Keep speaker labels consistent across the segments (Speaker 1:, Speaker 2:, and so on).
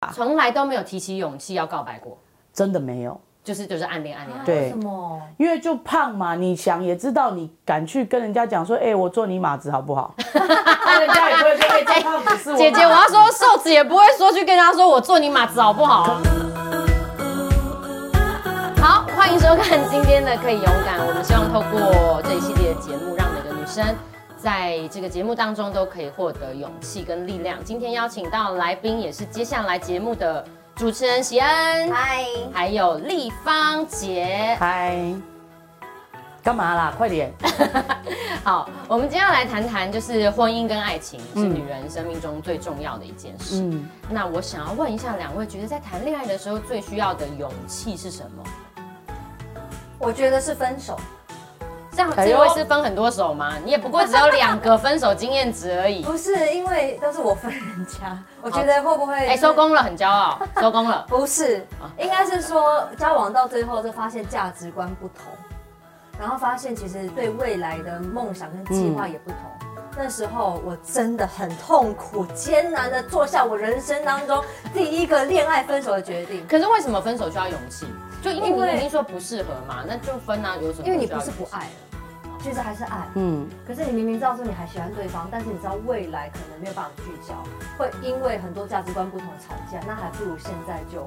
Speaker 1: 吧，
Speaker 2: 从来都没有提起勇气要告白过，
Speaker 1: 真的没有，
Speaker 2: 就是就是暗恋暗恋。暗恋
Speaker 1: 对
Speaker 3: 啊为什么？
Speaker 1: 因为就胖嘛，你想也知道，你敢去跟人家讲说，哎、我做你马子好不好？那人家也不会说，哎、这胖子
Speaker 3: 啊
Speaker 1: 是我
Speaker 2: 姐姐，我要说瘦子也不会说去跟他说我做你马子好不好啊？好，欢迎收看今天的《可以勇敢》，我们希望透过这一系列的节目，让每个女生在这个节目当中都可以获得勇气跟力量。今天邀请到来宾也是接下来节目的主持人喜恩，
Speaker 3: 嗨，
Speaker 2: 还有立方杰。
Speaker 1: 嗨，干嘛啦？快点！
Speaker 2: 好，我们今天要来谈谈，就是婚姻跟爱情
Speaker 3: 嗯
Speaker 2: 是女人生命中最重要的一件事。
Speaker 1: 嗯，
Speaker 2: 那我想要问一下两位，觉得在谈恋爱的时候最需要的勇气是什么？
Speaker 3: 我觉得是分手，
Speaker 2: 这样
Speaker 1: 哎
Speaker 2: 这
Speaker 1: 呦
Speaker 2: 位是分很多手吗？你也不过只有两个分手经验值 而已。
Speaker 3: 不是因为都是我分人家，我觉得会不会？
Speaker 2: 哎、收。工了，很骄 傲，收工了。
Speaker 3: 不是，应该是说交往到最后就发现价值观不同，然后发现其实对未来的梦想跟计划也不同。那时候我真的很痛苦、艰难的做下我人生当中第一个恋爱分手的决定，
Speaker 2: 可是为什么分手需要勇气？就因为
Speaker 3: 因为
Speaker 2: 你已经说不适合嘛，那就分啊，有什么需要勇气？
Speaker 3: 因为你不是不爱了，其实还是爱。
Speaker 1: 嗯，
Speaker 3: 可是你明明知道说你还喜欢对方，但是你知道未来可能没有办法聚焦，会因为很多价值观不同吵架，那还不如现在就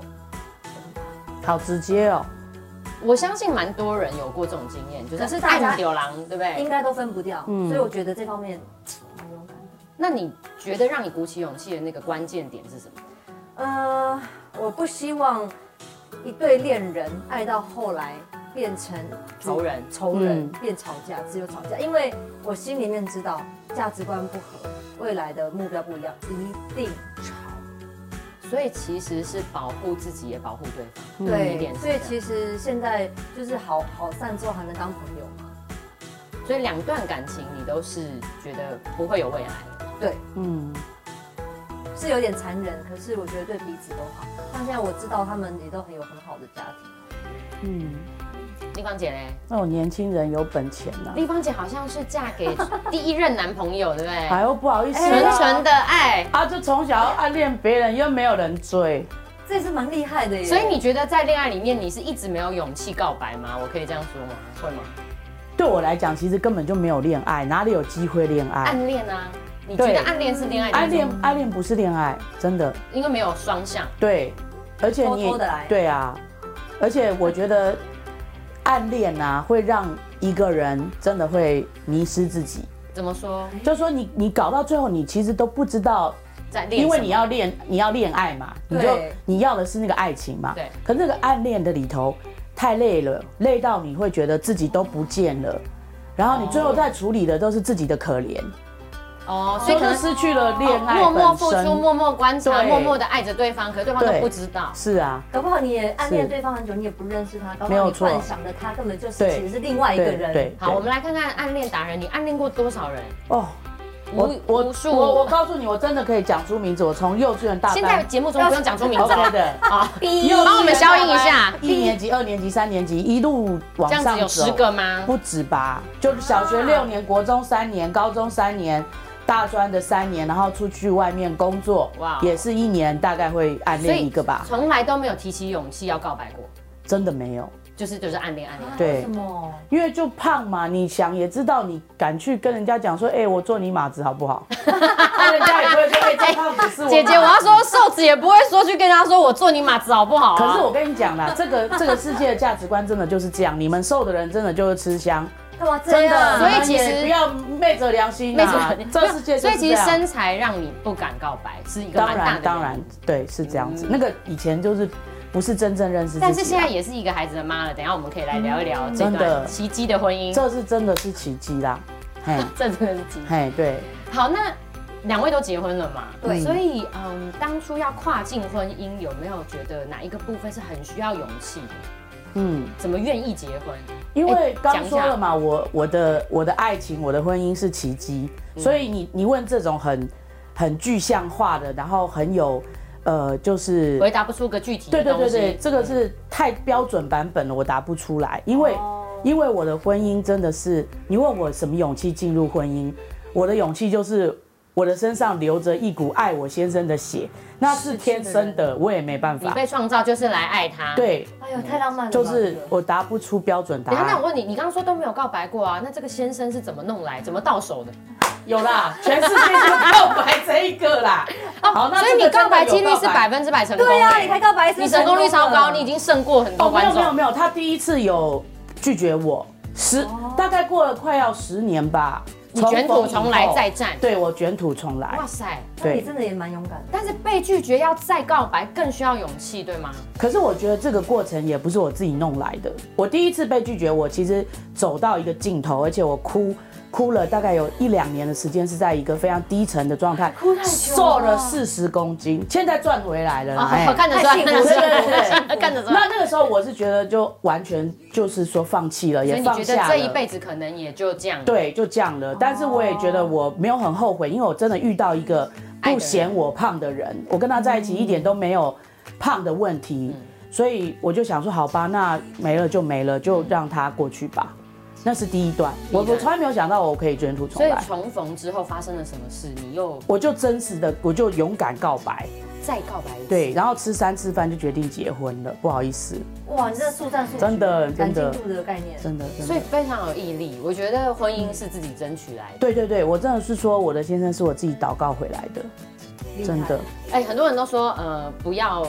Speaker 1: 好直接哦。
Speaker 2: 我相信蛮多人有过这种经验，就
Speaker 3: 可
Speaker 2: 是
Speaker 3: 是大家
Speaker 2: 暗丢狼，对不
Speaker 3: 应
Speaker 2: 对？嗯
Speaker 3: 该都分不掉。所以我觉得这方面蛮勇敢的。
Speaker 2: 那你觉得让你鼓起勇气的那个关键点是什么？
Speaker 3: 呃，我不希望一对恋人爱到后来变成
Speaker 2: 仇人
Speaker 3: 仇人、
Speaker 1: 嗯
Speaker 3: 变吵架，只有吵架。因为我心里面知道价值观不合，未来的目标不一样，一定吵。
Speaker 2: 所以其实是保护自己，也保护对方。嗯
Speaker 1: 嗯
Speaker 2: 有一
Speaker 3: 对
Speaker 2: 点，是这
Speaker 3: 所以
Speaker 2: 样
Speaker 3: 其实现在就是好好散之后还能当朋友嘛。
Speaker 2: 所以两段感情你都是觉得不会有未来的。
Speaker 3: 对，
Speaker 1: 嗯，
Speaker 3: 是有点残忍，可是我觉得对彼此都好。像现在我知道他们也都很有很好的家庭，
Speaker 1: 嗯
Speaker 2: 立芳姐嘞，
Speaker 1: 那种年轻人有本钱呐、
Speaker 2: 立芳姐好像是嫁给 第一任男朋友，对不对？
Speaker 1: 哎呦，不好意思、啊，
Speaker 2: 纯纯的爱。
Speaker 1: 啊，就从小暗恋别人，又没有人追，
Speaker 3: 这也是蛮厉害的耶。
Speaker 2: 所以你觉得在恋爱里面，你是一直没有勇气告白吗？我可以这样说吗？会吗？
Speaker 1: 对我来讲，其实根本就没有恋爱，哪里有机会恋爱？
Speaker 2: 暗恋啊，你觉得
Speaker 1: 对
Speaker 2: 暗恋是恋爱？
Speaker 1: 暗恋，，暗恋不是恋爱，真的。
Speaker 2: 因为没有双向。
Speaker 1: 对，而且你
Speaker 3: 偷偷地来
Speaker 1: 对啊，而且我觉得暗恋啊，会让一个人真的会迷失自己。
Speaker 2: 怎么说？
Speaker 1: 就说你你搞到最后，你其实都不知道，
Speaker 2: 在恋什
Speaker 1: 因
Speaker 2: 么，
Speaker 1: 为你要恋你要恋爱嘛，你就
Speaker 3: 对
Speaker 1: 你要的是那个爱情嘛。
Speaker 2: 对
Speaker 1: 可那个暗恋的里头太累了，累到你会觉得自己都不见了，然后你最后再处理的都是自己的可怜，
Speaker 2: 哦，所
Speaker 1: 所
Speaker 2: 以可
Speaker 1: 以就
Speaker 2: 能哦
Speaker 1: 失去了恋爱
Speaker 2: 默默付
Speaker 1: 本身
Speaker 2: 出，默默观察，
Speaker 1: 对
Speaker 2: 默默的爱着对方，可是对方都
Speaker 1: 对
Speaker 2: 不知道。
Speaker 1: 是啊，
Speaker 3: 搞不好你也暗恋
Speaker 1: 是
Speaker 3: 对方很久，你也不认识他，搞不
Speaker 1: 没
Speaker 3: 好
Speaker 1: 有
Speaker 3: 你
Speaker 1: 错
Speaker 3: 幻想的他根本就是
Speaker 1: 对
Speaker 3: 其实是另外一个人。
Speaker 1: 对
Speaker 2: 好，我们来看看暗恋达人，你暗恋过多少人？
Speaker 1: 哦。我
Speaker 2: 无
Speaker 1: 我
Speaker 2: 无数
Speaker 1: 我我告诉你，我真的可以讲出名字。我从幼稚园大班，
Speaker 2: 现在节目中不用讲出名字
Speaker 1: OK
Speaker 2: 了
Speaker 1: 的，
Speaker 2: 啊，
Speaker 1: 幼稚
Speaker 2: 帮我们消音一下，
Speaker 1: 一年级、二年级、三年级一路往
Speaker 2: 这样
Speaker 1: 上
Speaker 2: 子
Speaker 1: 走，
Speaker 2: 有十个吗？
Speaker 1: 不止吧？就小学六年，国中三年，高中三年，大专的三年，然后出去外面工作，
Speaker 2: 哇哦
Speaker 1: 哇，也是一年大概会暗恋一个吧，
Speaker 2: 从来都没有提起勇气要告白过，
Speaker 1: 真的没有，
Speaker 2: 就是就是暗恋暗恋。
Speaker 1: 对
Speaker 3: 为什么？
Speaker 1: 因为就胖嘛，你想也知道，你敢去跟人家讲说，哎、我做你马子好不好？ 那人家也不会说，哎、这胖子是我
Speaker 2: 姐姐，我要说瘦子也不会说去跟他说我做你马子好不好啊？
Speaker 1: 可是我跟你讲 啦，这个这个世界的价值观真的就是这样，你们瘦的人真的就是吃香，
Speaker 3: 干嘛这样？
Speaker 2: 所以
Speaker 1: 你
Speaker 2: 其实
Speaker 1: 也不要昧着良心啊，这世界就
Speaker 2: 所
Speaker 1: 是这
Speaker 2: 以
Speaker 1: 样
Speaker 2: 其实身材让你不敢告白是一个
Speaker 1: 当
Speaker 2: 蛮大的
Speaker 1: 然当
Speaker 2: 原
Speaker 1: 然
Speaker 2: 因，
Speaker 1: 对是这样子，那个以前就是不是真正认识自己
Speaker 2: 嗯
Speaker 1: 啊，
Speaker 2: 但是现在也是一个孩子的妈了，等一下我们可以来聊一聊这
Speaker 1: 真
Speaker 2: 段
Speaker 1: 的
Speaker 2: 奇迹的婚姻，
Speaker 1: 这是真的是奇迹啦， 嘿
Speaker 2: 这真的是奇迹。
Speaker 1: 嘿对，
Speaker 2: 好，那两位都结婚了嘛？
Speaker 3: 对
Speaker 2: 所以嗯，当初要跨境婚姻，有没有觉得哪一个部分是很需要勇气的？
Speaker 1: 嗯，
Speaker 2: 怎么愿意结婚？
Speaker 1: 因为
Speaker 2: 哎
Speaker 1: 刚说了嘛，我我的我的爱情我的婚姻是奇迹，
Speaker 2: 嗯
Speaker 1: 所以你你问这种很很具象化的，然后很有呃就是
Speaker 2: 回答不出个具体的
Speaker 1: 对对
Speaker 2: 东
Speaker 1: 对
Speaker 2: 西。嗯
Speaker 1: 对，这个是太标准版本了，我答不出来，因为、
Speaker 2: 哦
Speaker 1: 因为我的婚姻真的是，你问我什么勇气进入婚姻，我的勇气就是我的身上流着一股爱我先生的血，那是天生的，我也没办
Speaker 2: 你
Speaker 1: 法。
Speaker 2: 被创造就是来爱他。。
Speaker 1: 对，
Speaker 3: 哎呦，太浪漫了吧，
Speaker 1: 就是
Speaker 3: 这个
Speaker 1: 我答不出标准答
Speaker 2: 等一下，那
Speaker 1: 案
Speaker 2: 我。问你，你刚刚说都没有告白过啊？那这个先生是怎么弄来、怎么到手的？
Speaker 1: 有啦，全世 界就告白这一个啦。好，那
Speaker 2: 所以
Speaker 1: 这
Speaker 2: 你
Speaker 1: 个真的
Speaker 2: 告白
Speaker 1: 有
Speaker 2: 几率是
Speaker 1: 告白
Speaker 2: 百分之百成功。
Speaker 3: 对呀、
Speaker 2: 欸
Speaker 3: 你开告白是
Speaker 2: 你成功率超高，你已经胜过很多
Speaker 1: 哦，没
Speaker 2: 观
Speaker 1: 有
Speaker 2: 众。
Speaker 1: 没有没有，他第一次有拒绝我，十、大概过了快要十年吧。
Speaker 2: 哦你卷土
Speaker 1: 逢以
Speaker 2: 重来
Speaker 1: 后
Speaker 2: 再战
Speaker 1: 对我卷土重来
Speaker 2: 哇。塞！
Speaker 3: 对，你
Speaker 1: 对，
Speaker 3: 真的也蛮勇敢的。
Speaker 2: 但是被拒绝要再告白更需要勇气，对吗？
Speaker 1: 可是我觉得这个过程也不是我自己弄来的。我第一次被拒绝，我其实走到一个尽头，而且我哭哭了大概有一两年的时间，是在一个非常低沉的状态，
Speaker 3: 哭太久了
Speaker 1: 瘦了四十公斤，现在赚回来了啦。哎
Speaker 2: 哦啊看得出来，
Speaker 3: 太幸
Speaker 2: 看
Speaker 3: 福
Speaker 2: 得出
Speaker 3: 对对对
Speaker 2: 来， 看得出来。
Speaker 1: 那那个时候我是觉得就完全就是说放弃
Speaker 2: 所
Speaker 1: 了，
Speaker 2: 以
Speaker 1: 也
Speaker 2: 你
Speaker 1: 放
Speaker 2: 觉得
Speaker 1: 下了。
Speaker 2: 这一辈子可能也就这样？，
Speaker 1: 对，就这样了。但是我也觉得我没有很后悔，因为我真的遇到一个不嫌我胖的人，我跟他在一起一点都没有胖的问题，所以我就想说，好吧，那没了就没了，就让他过去吧。那是第一段，我我从来没有想到我可以卷土重
Speaker 2: 所以
Speaker 1: 来，
Speaker 2: 重逢之后发生了什么事？你又
Speaker 1: 我就真实的，我就勇敢告白，
Speaker 2: 再告白一次？
Speaker 1: 对，然后吃三次饭就决定结婚了，不好意思，
Speaker 3: 哇，你这速战速决，
Speaker 1: 真的真
Speaker 3: 感
Speaker 1: 的
Speaker 3: 进度的概念，
Speaker 1: 真的，真的
Speaker 2: 所以非常有毅力。我觉得婚姻是自己争取来的。
Speaker 1: 对对对，我真的是说我的先生是我自己祷告回来的，
Speaker 3: 厉害
Speaker 1: 真的。
Speaker 2: 哎，很多人都说，呃，不要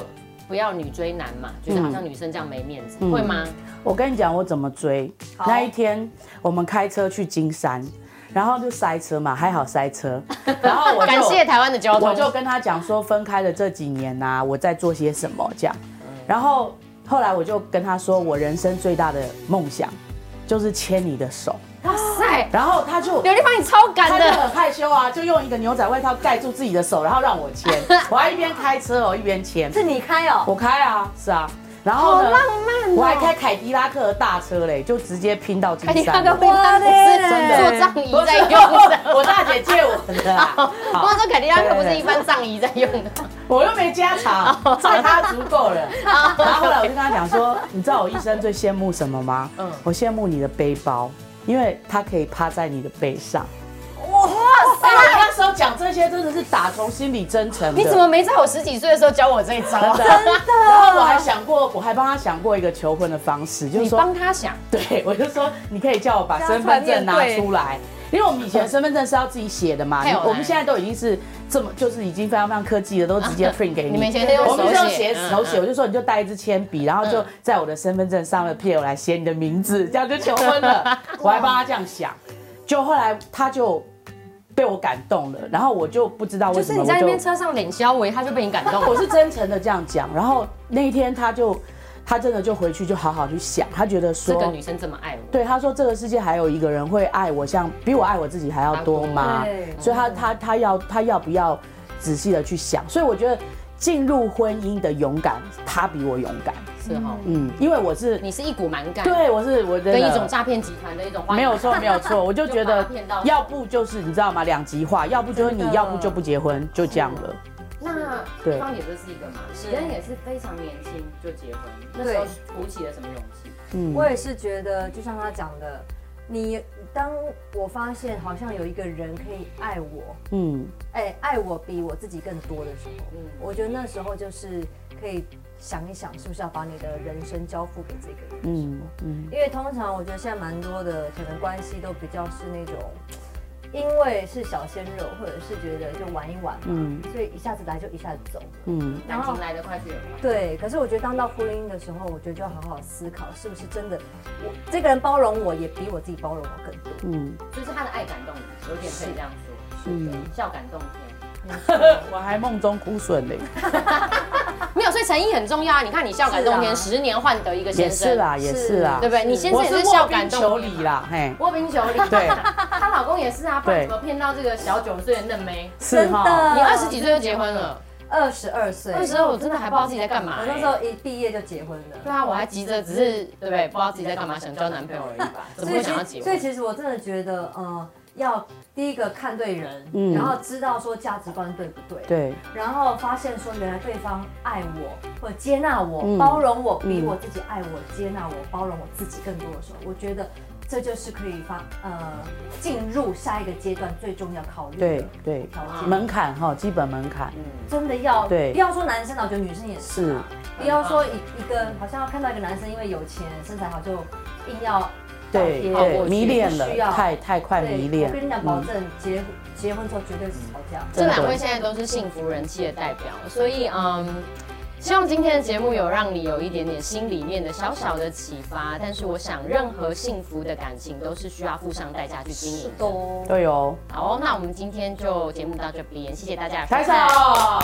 Speaker 2: 不要女追男嘛，觉得好像女生这样没面子，
Speaker 1: 嗯
Speaker 2: 会吗？
Speaker 1: 我跟你讲，我怎么追。
Speaker 3: 好
Speaker 1: 那一天我们开车去金山，然后就塞车嘛，还好塞车。 然后我就
Speaker 2: 感谢台湾的交通。
Speaker 1: 我就跟他讲说，分开的这几年呐、我在做些什么这样。然后后来我就跟他说，我人生最大的梦想就是牵你的手。
Speaker 2: 哇塞，
Speaker 1: 然后他 就
Speaker 2: 刘立芳你超敢
Speaker 1: 他就
Speaker 2: 的，
Speaker 1: 很害羞啊，就用一个牛仔外套盖住自己的手，然后让我牵。我还一边开车哦，一边牵。
Speaker 3: 是你开哦，
Speaker 1: 我开啊，是啊。然后
Speaker 2: 好
Speaker 1: 呢，
Speaker 2: 浪漫哦。
Speaker 1: 我还开凯迪拉克的大车嘞，就直接拼到金
Speaker 2: 哎，你看
Speaker 1: 山
Speaker 2: 看
Speaker 1: 了。
Speaker 2: 被当不是做葬仪 在用的。
Speaker 1: 我大姐借我 的啊，
Speaker 2: 不
Speaker 1: 好
Speaker 2: 过这凯迪拉克不是一般葬仪在用的，
Speaker 1: 我又没加 长，在她足够了。然后后来我就跟她讲说，你知道我一生最羡慕什么吗？
Speaker 2: 嗯
Speaker 1: 嗯，我羡慕你的背包，因为它可以趴在你的背上。
Speaker 3: 哇
Speaker 1: 哎，我那时候讲这些真的是打从心里真诚的。
Speaker 2: 你怎么没在我十几岁的时候教我这一招啊？
Speaker 1: 真的？然后我还想过，我还帮她想过一个求婚的方式，就是
Speaker 2: 你
Speaker 1: 说
Speaker 2: 帮他想，
Speaker 1: 对，我就说你可以叫我把身份证拿出来，因为我们以前身份证是要自己写的嘛，
Speaker 2: 太
Speaker 1: 你
Speaker 2: 有难了
Speaker 1: 我们现在都已经是这么，就是已经非常非常科技的，都 直接 print 给你。
Speaker 2: 你们以前是用
Speaker 1: 我们是
Speaker 2: 手
Speaker 1: 用
Speaker 2: 写嗯
Speaker 1: 写，手写，我就说你就带一支铅笔，然后就在我的身份证上面 P 我来写你的名字，这样就求 婚了。我还帮他这样想，就后来他就被我感动了，然后我就不知道为
Speaker 2: 就
Speaker 1: 什
Speaker 2: 是
Speaker 1: 么，我
Speaker 2: 你在那边车上脸消微，他就被你感动。
Speaker 1: 我是真诚的这样讲，然后那一天他就他真的就回去就好好去想，他觉得说
Speaker 2: 这个女生这么爱我，
Speaker 1: 对，他说这个世界还有一个人会爱我像比我爱我自己还要多吗
Speaker 2: 啊
Speaker 3: 还要多？对
Speaker 1: 所以他他他要他要不要仔细的去想？所以我觉得进入婚姻的勇敢，他比我勇敢。
Speaker 2: 是哈，
Speaker 1: 嗯，因为我是
Speaker 2: 你是一股蛮干，
Speaker 1: 对我是我的
Speaker 2: 跟一种诈骗集团的一种花
Speaker 1: 没有错没有错，我 就
Speaker 2: 就
Speaker 1: 觉
Speaker 2: 把他
Speaker 1: 得
Speaker 2: 骗到
Speaker 1: 要不就是你知道吗？两极化，要不就是你
Speaker 3: 真，的
Speaker 1: 要不就不结婚，就这样了。
Speaker 2: 那
Speaker 1: 对
Speaker 2: 芳姐这是一个嘛，
Speaker 3: 是
Speaker 2: 喜恩也是非常年轻就结婚，那时候鼓起了什么勇气？
Speaker 1: 嗯
Speaker 3: 我也是觉得，就像他讲的，你当我发现好像有一个人可以爱我，
Speaker 1: 嗯，
Speaker 3: 哎，爱我比我自己更多的时候，
Speaker 2: 嗯
Speaker 3: 我觉得那时候就是可以想一想，是不是要把你的人生交付给这个人。
Speaker 1: 嗯嗯，
Speaker 3: 因为通常我觉得现在蛮多的，可能关系都比较是那种，因为是小鲜肉，或者是觉得就玩一玩嘛，
Speaker 1: 嗯
Speaker 3: 所以一下子来就一下子走。
Speaker 1: 嗯
Speaker 3: 然
Speaker 2: 感
Speaker 3: 后
Speaker 2: 情来得快去得快。
Speaker 3: 对，可是我觉得当到婚姻的时候，我觉得就要好好思考，是不是真的我这个人包容我，也比我自己包容我更多。
Speaker 1: 嗯，
Speaker 2: 就是他的爱感动你，有点可以这样说，
Speaker 1: 是的
Speaker 2: 笑感动天。呃
Speaker 1: 我还梦中哭损嘞，
Speaker 2: 啊没有，所以诚意很重要啊！你看你笑感动天，
Speaker 3: 是
Speaker 2: 十年换得一个
Speaker 1: 啊也
Speaker 2: 先生，
Speaker 1: 是啦也是啦
Speaker 2: 对，不对？你先生
Speaker 1: 我
Speaker 2: 也是
Speaker 1: 是
Speaker 2: 笑
Speaker 1: 卧
Speaker 2: 感
Speaker 1: 冰
Speaker 2: 动
Speaker 1: 求
Speaker 2: 天嘛
Speaker 1: 鲤，啦，嘿。
Speaker 2: 卧冰求鲤。
Speaker 1: 对
Speaker 2: 她老公也是啊，不然
Speaker 1: 对
Speaker 2: 怎么骗到这个小九岁的嫩妹？
Speaker 1: 是哈，
Speaker 2: 你二十几岁就结婚了，
Speaker 3: 二十二岁，
Speaker 2: 那时候我真的还不知道自己在干嘛、哎
Speaker 3: 我那时候一毕业就结婚了。
Speaker 2: 对啊，我还急着，只是对不对？不知道自己在干嘛，想交男朋友而已吧？怎么
Speaker 3: 所
Speaker 2: 会
Speaker 3: 以
Speaker 2: 想要
Speaker 3: 其
Speaker 2: 结
Speaker 3: 实，所以
Speaker 2: 婚？
Speaker 3: 其实我真的觉得，呃，要第一个看对人，
Speaker 1: 嗯
Speaker 3: 然后知道说价值观对不对，
Speaker 1: 对，
Speaker 3: 然后发现说原来对方爱我或接纳我、
Speaker 1: 嗯
Speaker 3: 包容我，比
Speaker 1: 嗯
Speaker 3: 我自己爱我、接纳我、包容我自己更多的时候，我觉得这就是可以发呃进入下一个阶段最重要考虑
Speaker 1: 对
Speaker 3: 的
Speaker 1: 对，
Speaker 3: 条件。
Speaker 1: 门槛哈，基本门槛
Speaker 3: 真的要
Speaker 1: 对
Speaker 3: 不要说男生啊，我觉得女生也是啊，不要说一一个好像看到一个男生因为有钱身材好就硬要倒
Speaker 1: 对
Speaker 3: 贴
Speaker 2: 好
Speaker 1: 对
Speaker 2: 我，
Speaker 1: 迷恋
Speaker 3: 哦不需要
Speaker 1: 了，太太快
Speaker 3: 对
Speaker 1: 迷恋。嗯
Speaker 3: 我跟你讲，保证结婚结婚之后绝对是吵架。
Speaker 2: 这两位现在都是幸福人气的代表，所以嗯，希望今天的节目有让你有一点点心里面的小小的启发。但是我想，任何幸福的感情都是需要付上代价去经营的。
Speaker 3: 多
Speaker 1: 对哦，
Speaker 2: 好、哦，那我们今天就节目到这边，谢谢大家的收
Speaker 1: 拍
Speaker 2: 看。
Speaker 1: 手。